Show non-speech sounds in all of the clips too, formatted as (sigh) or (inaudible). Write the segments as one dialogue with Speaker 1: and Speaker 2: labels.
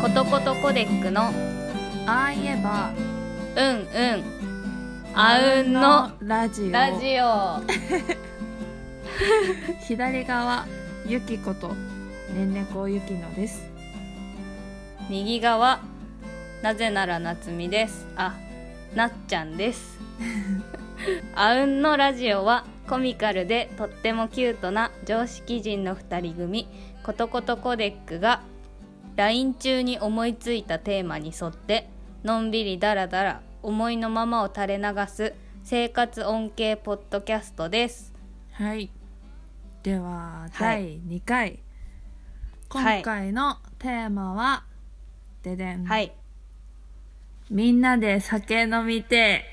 Speaker 1: コトコトコデックの
Speaker 2: ああ言えば
Speaker 1: うんうんあうんの
Speaker 2: ラジオ
Speaker 1: ラジオ
Speaker 2: 左側ゆきことねんねこゆきのです
Speaker 1: 右側なぜなら夏美ですあなっちゃんです (laughs) あうんのラジオはコミカルでとってもキュートな常識人の2人組コトコトコデックが LINE 中に思いついたテーマに沿ってのんびりダラダラ思いのままを垂れ流す生活音系ポッドキャストです
Speaker 2: はいでは
Speaker 1: はい
Speaker 2: 第2回、
Speaker 1: はい
Speaker 2: 今回のテーマは、ででん、
Speaker 1: はい
Speaker 2: みんなで酒飲みて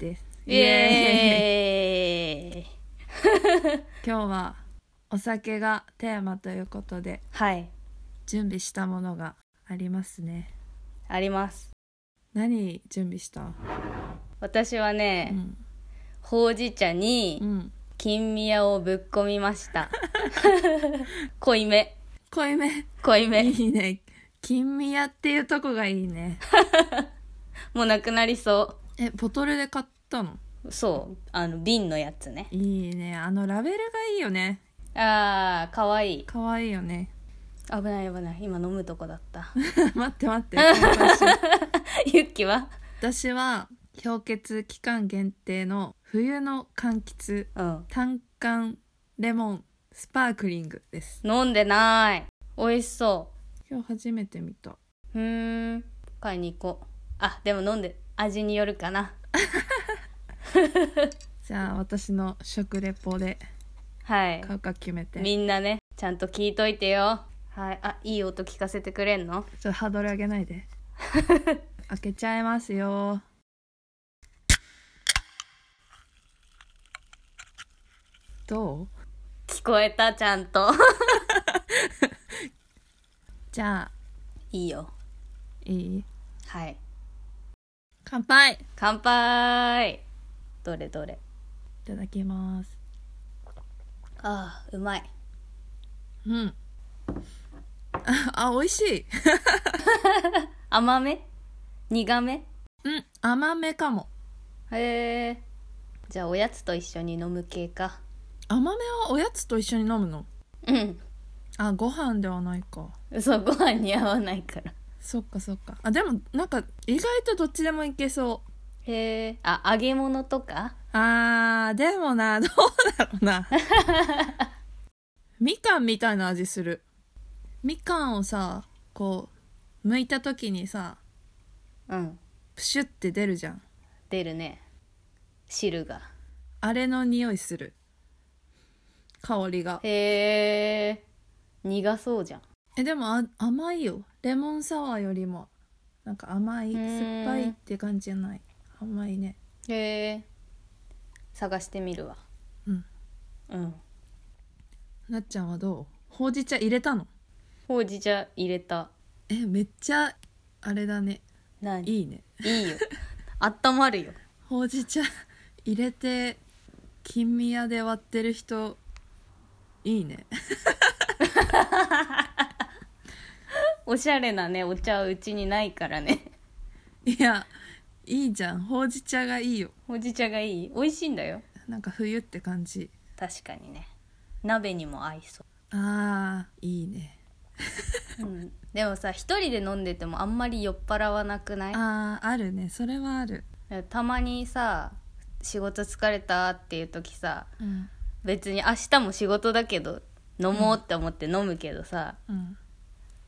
Speaker 2: えです
Speaker 1: イエーイ
Speaker 2: ーイ (laughs) 今日はお酒がテーマということで
Speaker 1: はい
Speaker 2: 準備したものがありますね
Speaker 1: あります
Speaker 2: 何準備した、
Speaker 1: 私はね、
Speaker 2: うん
Speaker 1: ほうじ茶
Speaker 2: う
Speaker 1: に
Speaker 2: ん、
Speaker 1: 金宮をぶっ込みま (laughs) した濃いめ
Speaker 2: 濃いめ
Speaker 1: 濃いめ
Speaker 2: いいね金宮っていうとこがいいね
Speaker 1: もうなくなりそ
Speaker 2: えボトルで買ったの
Speaker 1: うそうあの瓶のやつね
Speaker 2: いいねあのラベルがいいよね
Speaker 1: あーかわいい
Speaker 2: かわいいよね (laughs)
Speaker 1: 危ない危ない今飲むとこだった (laughs)
Speaker 2: 待って待って乾杯しよう
Speaker 1: ユッキは
Speaker 2: 私は氷結期間限定の冬の柑橘
Speaker 1: うん
Speaker 2: 単管レモンスパークリングです
Speaker 1: 飲んでない美味しそ
Speaker 2: 今日初めて見た
Speaker 1: ううーん買いに行こうあでも飲んで味によるかな
Speaker 2: じゃあ私の食レポで
Speaker 1: はい
Speaker 2: 買うか決めて
Speaker 1: みんなねちゃんと聞いといてよはいあいい音聞かせてくれんの
Speaker 2: ちょっとハードル上げない (laughs) で開けちゃいますよどう
Speaker 1: 聞こえたちゃんと
Speaker 2: じゃあ
Speaker 1: (laughs) いいよ
Speaker 2: いい
Speaker 1: はい
Speaker 2: 乾杯い
Speaker 1: 乾杯どれどれ
Speaker 2: ただきます
Speaker 1: ああうまい
Speaker 2: うん (laughs) ああ美味しい
Speaker 1: 甘め苦め
Speaker 2: うん甘めかも
Speaker 1: へえじゃあおやつと一緒に飲む系か
Speaker 2: 甘めはおやつと一緒に飲むの
Speaker 1: うん
Speaker 2: あご飯ではないか
Speaker 1: そうご飯に合わないから
Speaker 2: そっかそっかあでもなんか意外とどっちでもいけそ
Speaker 1: へえあ揚げ物とか
Speaker 2: うあーでもなど (laughs) うだろうなみかんみたいな味するみかんをさこう剥いた時にさ
Speaker 1: うん
Speaker 2: プシュって出るじゃん
Speaker 1: 出るね汁が
Speaker 2: あれの匂いする香りが
Speaker 1: へえ苦そうじゃん
Speaker 2: えでもあ甘いよレモンサワーよりもなんか甘い
Speaker 1: ーん
Speaker 2: 酸っぱいって感じじゃない甘いね
Speaker 1: へえ探してみるわ
Speaker 2: うん
Speaker 1: うん
Speaker 2: なっちゃんはどうほうじ茶入れたの
Speaker 1: ほうじ茶入れた
Speaker 2: えめっちゃあれだね
Speaker 1: 何い
Speaker 2: いいね
Speaker 1: いよ温まるよ
Speaker 2: ほうじ茶入れて金宮で割ってる人いいね (laughs)
Speaker 1: おしゃれなねお茶はうちにないからね
Speaker 2: いやいいじゃんほうじ茶がいいよ
Speaker 1: ほうじ茶がいい美味しいんだよ
Speaker 2: なんか冬って感じ
Speaker 1: 確かにね鍋にも合いそ
Speaker 2: あーいいね
Speaker 1: う、うん、でもさ一人で飲んでてもあんまり酔っ払わなくない
Speaker 2: あーあるねそれはある、
Speaker 1: たまにさ仕事疲れたっていう時さ
Speaker 2: うん
Speaker 1: 別に明日も仕事だけど飲もうって思って飲むけどさ、
Speaker 2: うん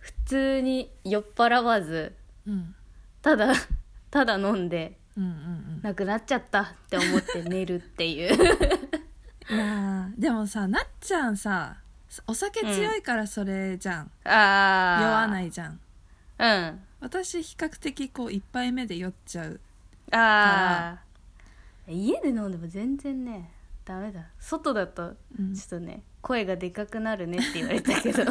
Speaker 1: 普通に酔っ払わず
Speaker 2: うん
Speaker 1: ただ (laughs) ただ飲んで
Speaker 2: うんうん
Speaker 1: なくなっちゃったって思って寝るっていう
Speaker 2: いやーでもさなっちゃんさお酒強いからそれじゃん、
Speaker 1: (laughs) ああ
Speaker 2: 酔わないいじゃん
Speaker 1: うん
Speaker 2: 私比較的こう1杯目で酔っちゃう
Speaker 1: ああ家で飲んでも全然ねダメだ外だと
Speaker 2: うん
Speaker 1: ちょっとね、声がでかくなるねって言われた
Speaker 2: (laughs)
Speaker 1: けど
Speaker 2: い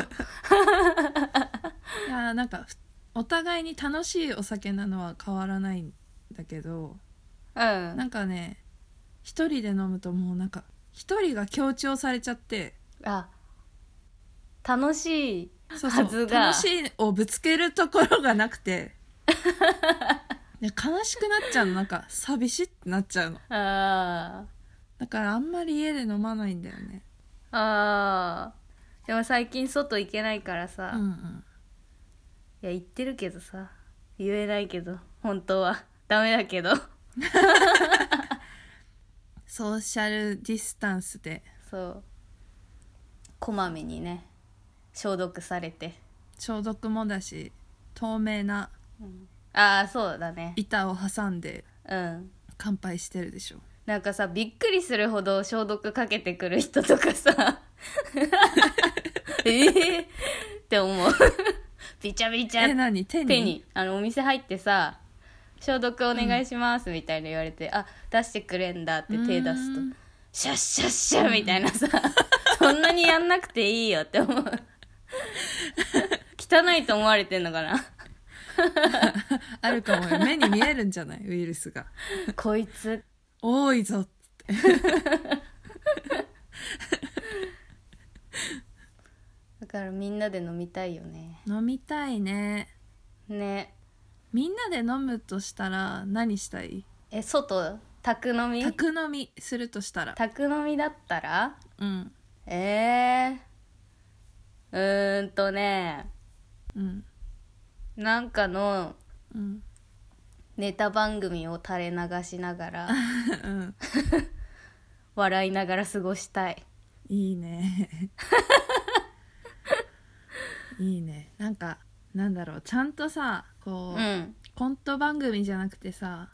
Speaker 2: やーなんかふお互いに楽しいお酒なのは変わらないんだけど
Speaker 1: うん
Speaker 2: なんかね一人で飲むともうなんか一人が強調されちゃって
Speaker 1: あ楽しい
Speaker 2: そうそ
Speaker 1: はず
Speaker 2: う
Speaker 1: が
Speaker 2: 楽しいをぶつけるところがなくていや悲しくなっちゃうのなんか寂しいってなっちゃうの
Speaker 1: あ
Speaker 2: だからあんまり家で飲まないんだよね
Speaker 1: ーあーでも最近外行けないからさ、
Speaker 2: うんう
Speaker 1: い
Speaker 2: ん
Speaker 1: や行ってるけどさ言えないけど本当はダメだけど
Speaker 2: ソーシャルディスタンスで
Speaker 1: そうこまめにね消毒されて、
Speaker 2: 消毒もだし透明な
Speaker 1: ああそうだね
Speaker 2: 板を挟んで
Speaker 1: うん
Speaker 2: 乾杯してるでしょ
Speaker 1: なんかさびっくりするほど消毒かけてくる人とかさええって思うびちゃびちゃ
Speaker 2: え何手に
Speaker 1: 手にあのお店入ってさ消毒お願いしますみたいな言われて、あ出してくれんだって手出すと
Speaker 2: うーん
Speaker 1: シャッシャッシャッみたいな (laughs) さそんなにやんなくていいよって思う汚いと思われてんのかな
Speaker 2: あるかもよ目に見えるんじゃないウイルスが
Speaker 1: こいつ
Speaker 2: 多いぞ
Speaker 1: だからみんなで飲みたいよね
Speaker 2: 飲みたいね
Speaker 1: ね
Speaker 2: みんなで飲むとしたら何したい
Speaker 1: え外宅飲み
Speaker 2: 宅飲みするとしたら
Speaker 1: 宅飲みだったら
Speaker 2: うん
Speaker 1: えー、うーんとね
Speaker 2: うん
Speaker 1: なんかの
Speaker 2: うん
Speaker 1: ネタ番組を垂れ流しなが (laughs) ら
Speaker 2: うん
Speaker 1: 笑いながら過ごしたい
Speaker 2: いいねいいねなんかなんだろうちゃんとさ
Speaker 1: う
Speaker 2: こう、
Speaker 1: ん
Speaker 2: コント番組じゃなくてさ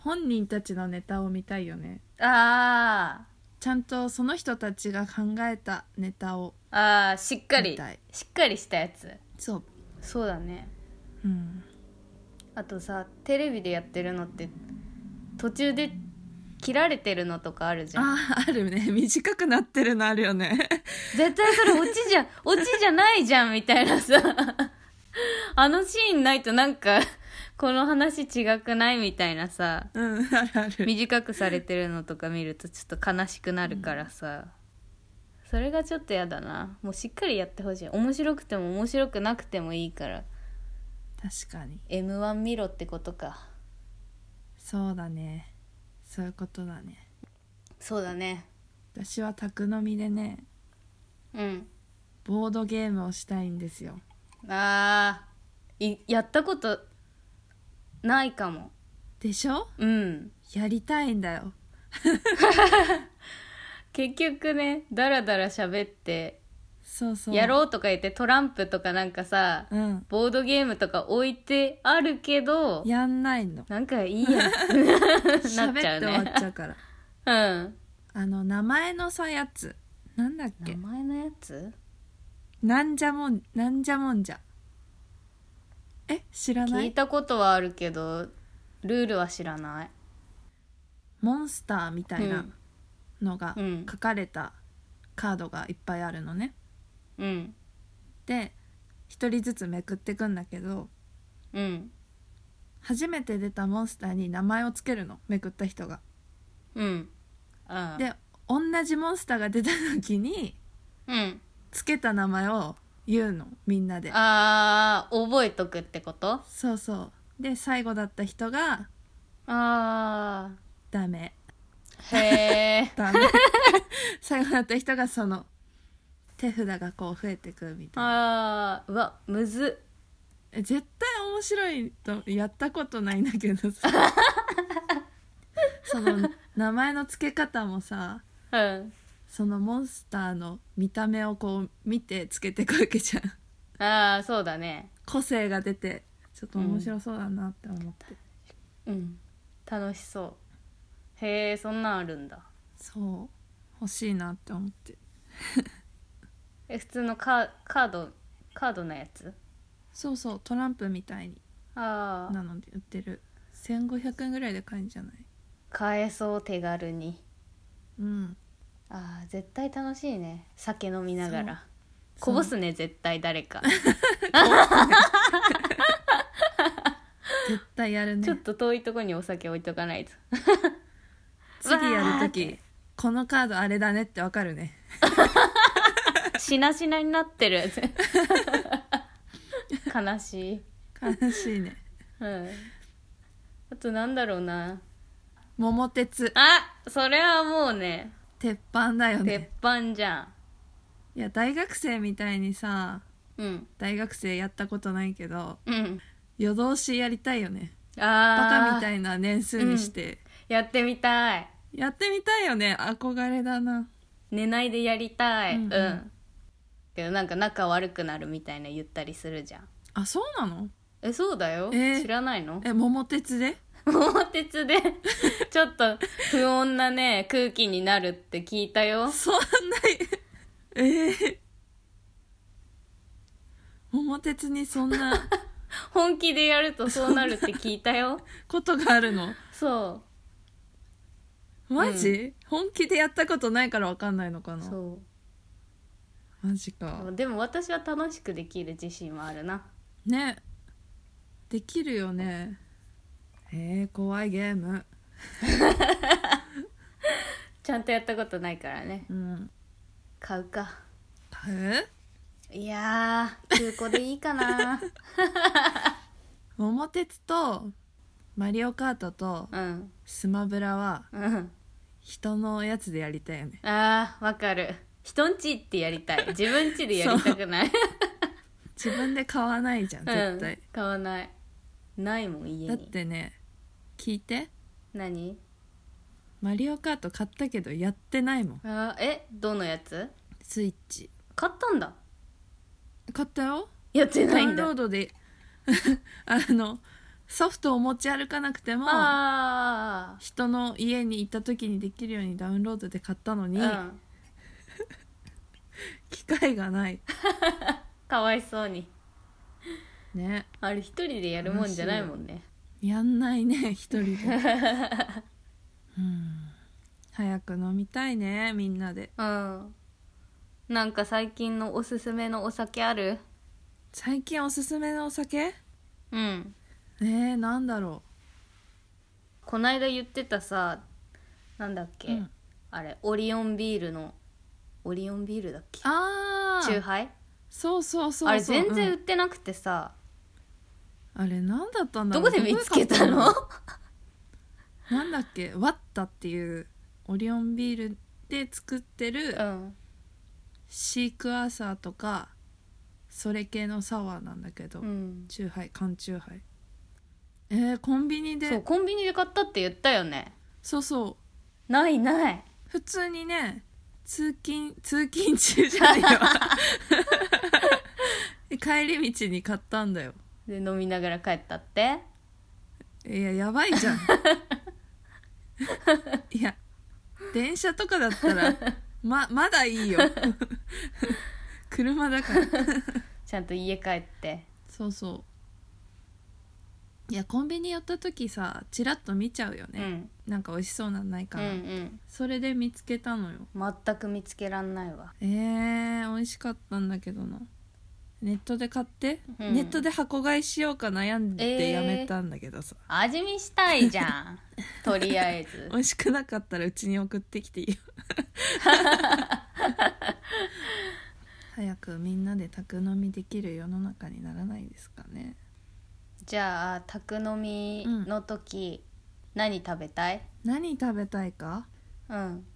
Speaker 2: 本人たちのネタを見たいよね
Speaker 1: あ
Speaker 2: ちゃんとその人たちが考えたネタを
Speaker 1: ーあーしっかり
Speaker 2: 見たい
Speaker 1: しっかりしたやつ
Speaker 2: そう
Speaker 1: そうだね
Speaker 2: うん
Speaker 1: あとさテレビでやってるのって途中で切られてるのとかあるじゃん
Speaker 2: あーあるね短くなってるのあるよね (laughs)
Speaker 1: 絶対それオチじゃん (laughs) オチじゃないじゃんみたいなさあのシーンないとなんかこの話違くないみたいなさ
Speaker 2: うんあるあ
Speaker 1: (laughs)
Speaker 2: る
Speaker 1: 短くされてるのとか見るとちょっと悲しくなるからさ、それがちょっとやだなもうしっかりやってほしい面白くても面白くなくてもいいから
Speaker 2: 確かに
Speaker 1: m 1見ろってことか
Speaker 2: そうだねそういうことだね
Speaker 1: そうだね
Speaker 2: 私は宅飲みでね
Speaker 1: うん
Speaker 2: ボードゲームをしたいんですよ
Speaker 1: あーいやったことないかも
Speaker 2: でしょ
Speaker 1: うん
Speaker 2: やりたいんだよ
Speaker 1: 結局ねダラダラ喋って
Speaker 2: そうそう
Speaker 1: やろうとか言ってトランプとかなんかさ
Speaker 2: うん
Speaker 1: ボードゲームとか置いてあるけど
Speaker 2: やんない (laughs) の
Speaker 1: なんかいい (laughs) やなっち
Speaker 2: 喋
Speaker 1: ゃ
Speaker 2: っ
Speaker 1: う
Speaker 2: て終わ
Speaker 1: ね
Speaker 2: っちゃうから
Speaker 1: うん
Speaker 2: あの名前のさやつなんだっ
Speaker 1: 名
Speaker 2: け
Speaker 1: 前のやつ
Speaker 2: なんじゃもんなんじゃもんじゃえ知らな
Speaker 1: 聞い
Speaker 2: い
Speaker 1: たことはあるけどルールは知らない
Speaker 2: モンスターみたいなのが
Speaker 1: うん
Speaker 2: 書かれたカードがいっぱいあるのね
Speaker 1: うん
Speaker 2: で一人ずつめくってくんだけど
Speaker 1: うん
Speaker 2: 初めて出たモンスターに名前をつけるのめくった人が
Speaker 1: うんああ
Speaker 2: で同じモンスターが出た時に
Speaker 1: うん
Speaker 2: つけた名前を言うのみんなで
Speaker 1: あー覚えとくってこと
Speaker 2: そうそうで最後だった人が
Speaker 1: あ
Speaker 2: ダメ
Speaker 1: ーへえ
Speaker 2: ダメ (laughs) 最後だった人がその手札がこう増えてくみ
Speaker 1: (laughs)
Speaker 2: たいな
Speaker 1: あーうわむずっ
Speaker 2: え絶対面白いとやったことないんだけど (laughs) さその名前の付け方もさ
Speaker 1: うん
Speaker 2: そのモンスターの見た目をこう見てつけてくわけじゃん
Speaker 1: ああそうだね
Speaker 2: 個性が出てちょっと面白そうだなって思って、
Speaker 1: うん楽しそうへえそんなんあるんだ
Speaker 2: そう欲しいなって思って
Speaker 1: え普通のカカードカードのやつ
Speaker 2: そうそうトランプみたいに
Speaker 1: ああ
Speaker 2: なので売ってる1500円ぐらいで買えるんじゃない
Speaker 1: 買えそう手軽に
Speaker 2: うん
Speaker 1: あー絶対楽しいね酒飲みながら
Speaker 2: そう
Speaker 1: こぼすね絶対誰か
Speaker 2: 絶対やる
Speaker 1: (laughs)
Speaker 2: ね
Speaker 1: ちょっと遠いとこにお酒置いとかないと
Speaker 2: (laughs) 次やる
Speaker 1: わーっ
Speaker 2: 時このカードあれだねってわかるね
Speaker 1: しなしなになってる (laughs) 悲しい、
Speaker 2: 悲しいね
Speaker 1: うん、あとなんだろうな
Speaker 2: 桃鉄
Speaker 1: あそれはもうね
Speaker 2: 鉄板だよ
Speaker 1: 鉄
Speaker 2: ね
Speaker 1: 板じゃん
Speaker 2: いや大学生みたいにさ
Speaker 1: うん
Speaker 2: 大学生やったことないけど
Speaker 1: うん
Speaker 2: 夜通しやりたいよねバ
Speaker 1: あ
Speaker 2: カ
Speaker 1: あ
Speaker 2: みたいな年数にして、
Speaker 1: やってみたい
Speaker 2: やってみたいよね憧れだな
Speaker 1: 寝ないでやりたい、う
Speaker 2: うんんうん
Speaker 1: けどなんか仲悪くなるみたいな言ったりするじゃん
Speaker 2: あそうなの
Speaker 1: えそうだよ、
Speaker 2: えー
Speaker 1: 知らないの (laughs)
Speaker 2: え桃鉄で
Speaker 1: 桃鉄で (laughs) ちょっと不穏なね空気になるって聞いたよ
Speaker 2: そんな (laughs) えー、桃鉄にそんな
Speaker 1: 本気でやるとそうなるって聞いたよ
Speaker 2: ことがあるの
Speaker 1: そ
Speaker 2: マジ、本気でやったことないからわかんないのか
Speaker 1: う
Speaker 2: な
Speaker 1: そ
Speaker 2: マジか
Speaker 1: うでも私は楽しくできる自信はあるな
Speaker 2: ねできるよねえー、怖いゲーム
Speaker 1: ちゃんとやったことないからね
Speaker 2: うん
Speaker 1: 買うか
Speaker 2: 買う
Speaker 1: いやー中古でいいか
Speaker 2: (laughs)
Speaker 1: な
Speaker 2: 桃鉄とマリオカートと
Speaker 1: うん
Speaker 2: スマブラは
Speaker 1: うん
Speaker 2: 人のやつでやりたいよね
Speaker 1: あーわかる人んちってやりたい自分ちでやりたくない
Speaker 2: 自分で買わないじゃん絶
Speaker 1: うん
Speaker 2: 対、、
Speaker 1: 買わないないもん家
Speaker 2: だっ
Speaker 1: に
Speaker 2: てね聞いて
Speaker 1: 何
Speaker 2: マリオカート買ったけどやってないもん
Speaker 1: あーえどのやつ
Speaker 2: スイッチ
Speaker 1: 買ったんだ
Speaker 2: 買ったよ
Speaker 1: やって
Speaker 2: ダ
Speaker 1: ない
Speaker 2: ウ
Speaker 1: ん
Speaker 2: ンロ
Speaker 1: だ
Speaker 2: ードで (laughs) あのソフトを持ち歩かなくても
Speaker 1: ああ
Speaker 2: 人の家に行った時にできるようにダウンロードで買ったの
Speaker 1: う
Speaker 2: に、
Speaker 1: ん
Speaker 2: 機会がない
Speaker 1: かわいそうに
Speaker 2: ね
Speaker 1: あれ一人でやるもんじゃないもんね
Speaker 2: やんないね
Speaker 1: (laughs)
Speaker 2: 一人でうん早く飲みたいねみんなで
Speaker 1: うんなんか最近のおすすめのお酒ある
Speaker 2: 最近おすすめのお酒
Speaker 1: うん
Speaker 2: えー、なんだろ
Speaker 1: こないだ言ってたさなんだっ
Speaker 2: う、
Speaker 1: け、
Speaker 2: うん
Speaker 1: あれオリオンビールのオリオンビールだっけ
Speaker 2: あ
Speaker 1: チュー
Speaker 2: あ
Speaker 1: ハイ
Speaker 2: そうそうそうそう
Speaker 1: あれ全然
Speaker 2: う
Speaker 1: 売っ
Speaker 2: ん
Speaker 1: てなくてさ、
Speaker 2: あれなんだったんだ
Speaker 1: ど
Speaker 2: ろ
Speaker 1: こ
Speaker 2: う
Speaker 1: で見つけた
Speaker 2: どこで買
Speaker 1: の
Speaker 2: ったのなんだっけワッタっていうオリオンビールで作ってる
Speaker 1: うん
Speaker 2: シークワーサーとかそれ系のサワーなんだけど、
Speaker 1: うん
Speaker 2: チューハイ缶チューハイえー、コンビニで
Speaker 1: そうコンビニで買ったって言ったよね
Speaker 2: そうそう
Speaker 1: ないない
Speaker 2: 普通にね通勤通勤中じ
Speaker 1: (laughs)
Speaker 2: ゃないよ帰り道に買ったんだよ
Speaker 1: で飲みながら帰ったって
Speaker 2: いややばい
Speaker 1: (laughs)
Speaker 2: じゃんいや電車とかだったらままだい
Speaker 1: (laughs)
Speaker 2: いよ車だから
Speaker 1: ちゃんと家帰って
Speaker 2: そうそういやコンビニ寄った時さチラッと見ちゃうよ
Speaker 1: う
Speaker 2: ね、
Speaker 1: ん
Speaker 2: なんか美味しそうなんないか
Speaker 1: うんう
Speaker 2: な、
Speaker 1: ん
Speaker 2: それで見つけたのよ
Speaker 1: 全く見つけらんないわ
Speaker 2: えー、美味しかったんだけどなネットで買って、
Speaker 1: うん
Speaker 2: ネットで箱買いしようか悩ん
Speaker 1: えー
Speaker 2: でやめたんだけどさ、
Speaker 1: 味見したいじゃ
Speaker 2: (laughs)
Speaker 1: んとりあえず
Speaker 2: 美味しくなかったらうちに送ってきていいよ早くみんなで宅飲みできる世の中にならないですかね
Speaker 1: じゃあ宅飲みの時、何食べたい
Speaker 2: 何食べたいか
Speaker 1: うん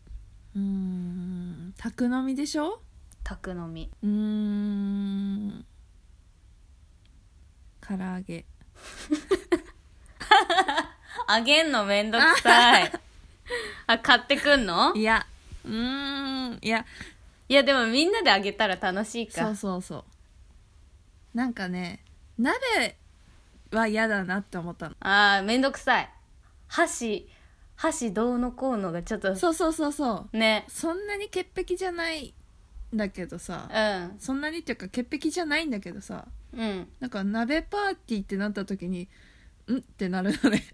Speaker 2: うーん宅飲みでしょ
Speaker 1: 宅飲み
Speaker 2: うーん唐揚げ
Speaker 1: あげんのめんどくさ (laughs) いあ買ってくんの
Speaker 2: いやうーんいや
Speaker 1: いやでもみんなであげたら楽しいか
Speaker 2: そうそうそうなんかね鍋は嫌だなって思ったの
Speaker 1: あーめんどくさい箸箸どうのこうのがちょっと
Speaker 2: そうそうそうそう
Speaker 1: ね
Speaker 2: そんなに潔癖じゃないんだけどさ
Speaker 1: うん
Speaker 2: そんなにっていうか潔癖じゃないんだけどさ
Speaker 1: うん
Speaker 2: なんか鍋パーティーってなった時にうんってなるの (laughs) ね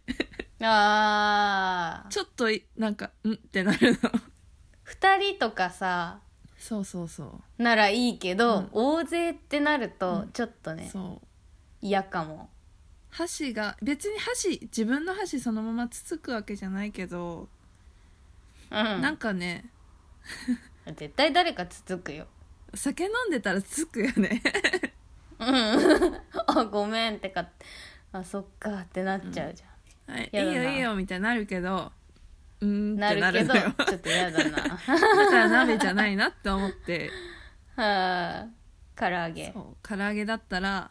Speaker 1: あー
Speaker 2: ちょっといなんかうんってなるの
Speaker 1: 二人とかさ
Speaker 2: そうそうそう
Speaker 1: ならいいけど、
Speaker 2: うん
Speaker 1: 大勢ってなる
Speaker 2: う
Speaker 1: と
Speaker 2: ん
Speaker 1: ちょっとね
Speaker 2: そう
Speaker 1: 嫌、かも
Speaker 2: 箸が別に箸自分の箸そのままつつくわけじゃないけど、
Speaker 1: うん
Speaker 2: なんかね
Speaker 1: 絶対誰かつつくよ (laughs)
Speaker 2: 酒飲んでたらつくよね (laughs)
Speaker 1: うんあごめんってかあそっかってなっちゃうじゃん、
Speaker 2: はいいい
Speaker 1: やだな
Speaker 2: よいいよみたいになるけどうーんっ
Speaker 1: な
Speaker 2: てな
Speaker 1: るけ
Speaker 2: る
Speaker 1: ど
Speaker 2: のよ
Speaker 1: ちょっとやだな
Speaker 2: (laughs) だから鍋じゃないなって思 (laughs) って
Speaker 1: はあ唐揚げ
Speaker 2: そう唐揚げだったら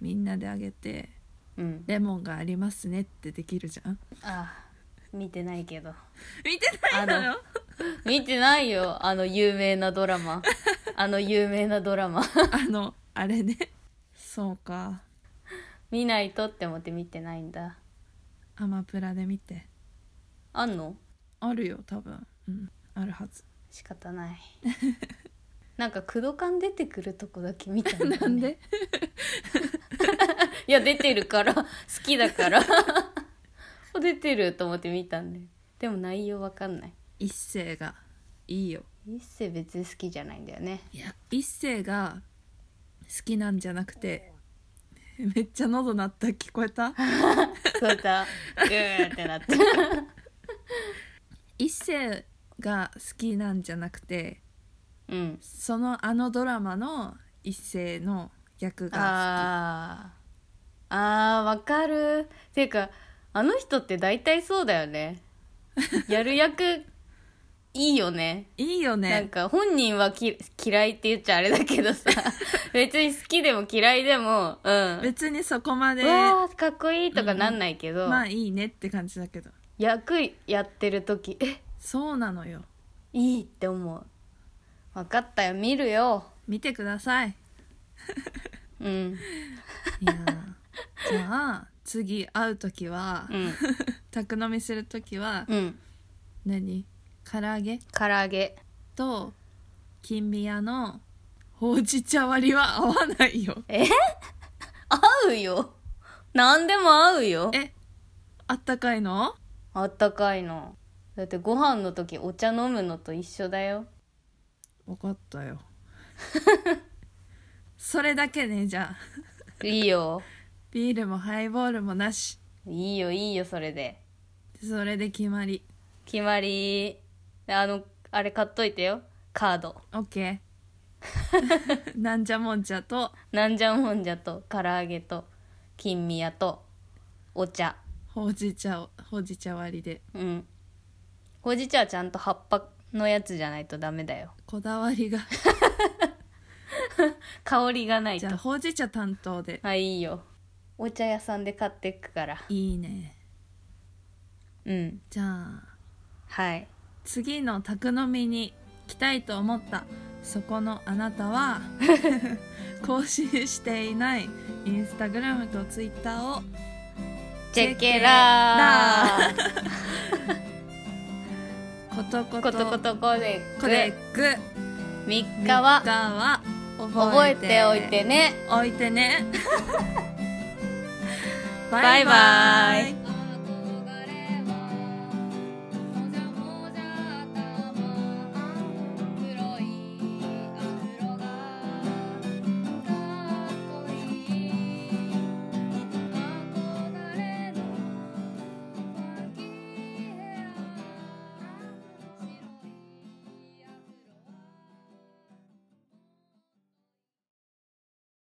Speaker 2: みんなであげて
Speaker 1: うん
Speaker 2: レモンがありますねってできるじゃん (laughs)
Speaker 1: あ見てないけど
Speaker 2: 見てないのよ
Speaker 1: 見てないよあの有名なドラマあの有名なドラマ (laughs)
Speaker 2: (laughs) あのあれねそうか
Speaker 1: 見ないとって思って見てないんだ
Speaker 2: アマプラで見て
Speaker 1: あんの
Speaker 2: あるよ多分うんあるはず
Speaker 1: 仕方ない (laughs) なんか工藤館出てくるとこだけ見たんだよね
Speaker 2: (laughs) なんで
Speaker 1: いや出てる
Speaker 2: (laughs)
Speaker 1: から好きだから (laughs) お出てると思って見たんだよでも内容わかんない
Speaker 2: 一星がいいよ
Speaker 1: 一世別に好きじゃないんだよね
Speaker 2: いや一星が好きなんじゃなくてめっちゃ喉鳴った聞こえた
Speaker 1: そういった (laughs) グーってなって (laughs)
Speaker 2: 一星が好きなんじゃなくて
Speaker 1: うん
Speaker 2: そのあのドラマの一星の役
Speaker 1: あー
Speaker 2: が
Speaker 1: あーわかるていうかあの人って大体そうだよねやる役いいよね
Speaker 2: 好きいいよ
Speaker 1: なん
Speaker 2: ね
Speaker 1: か本人はき嫌いって言っちゃあれだけど
Speaker 2: (laughs)
Speaker 1: さ別に好きでも嫌いでもうん
Speaker 2: 別にそこまで
Speaker 1: わあかっこいいとかなんないけど、
Speaker 2: まあいいねって感じだけど
Speaker 1: 役やってる時え
Speaker 2: そうなのよ
Speaker 1: いいって思う分かったよ見るよ
Speaker 2: 見てください
Speaker 1: うん
Speaker 2: いやーじゃあ次会う時は、
Speaker 1: うん
Speaker 2: 宅飲みする時は、
Speaker 1: うん
Speaker 2: 何唐揚げ
Speaker 1: 唐揚げ
Speaker 2: と金ビアのほうじ茶割りは合わないよ
Speaker 1: 合うよ何でも合うよ
Speaker 2: えあったかいの
Speaker 1: あったかいのだってご飯の時お茶飲むのと一緒だよ
Speaker 2: 分かったよ (laughs) それだけねじゃあ
Speaker 1: いいよ
Speaker 2: ビールもハイボールもなし
Speaker 1: いいよいいよそれで
Speaker 2: それで決まり
Speaker 1: 決まりあのあれ買っといてよカード
Speaker 2: OK (laughs) なんじゃもんじゃと
Speaker 1: なんじゃもんじゃと唐揚げと金宮とお茶
Speaker 2: ほうじ茶をほうじ茶割りで
Speaker 1: うんほうじ茶はちゃんと葉っぱのやつじゃないとダメだよ
Speaker 2: こだわりが
Speaker 1: 香りがない
Speaker 2: じ
Speaker 1: と
Speaker 2: ゃあほうじ茶担当で
Speaker 1: はいいいよお茶屋さんで買ってくから
Speaker 2: いいね
Speaker 1: うん
Speaker 2: じゃあ
Speaker 1: はい
Speaker 2: 次の宅飲みに来たいと思ったそこのあな
Speaker 1: (laughs)
Speaker 2: たは更新していないインスタグラムとツイッターを
Speaker 1: チェケラー
Speaker 2: ことこ
Speaker 1: ことこととこで
Speaker 2: コデック
Speaker 1: 3日
Speaker 2: が
Speaker 1: は
Speaker 2: は
Speaker 1: 覚えておいてね
Speaker 2: (laughs) おいてね
Speaker 1: バイバイ
Speaker 2: イ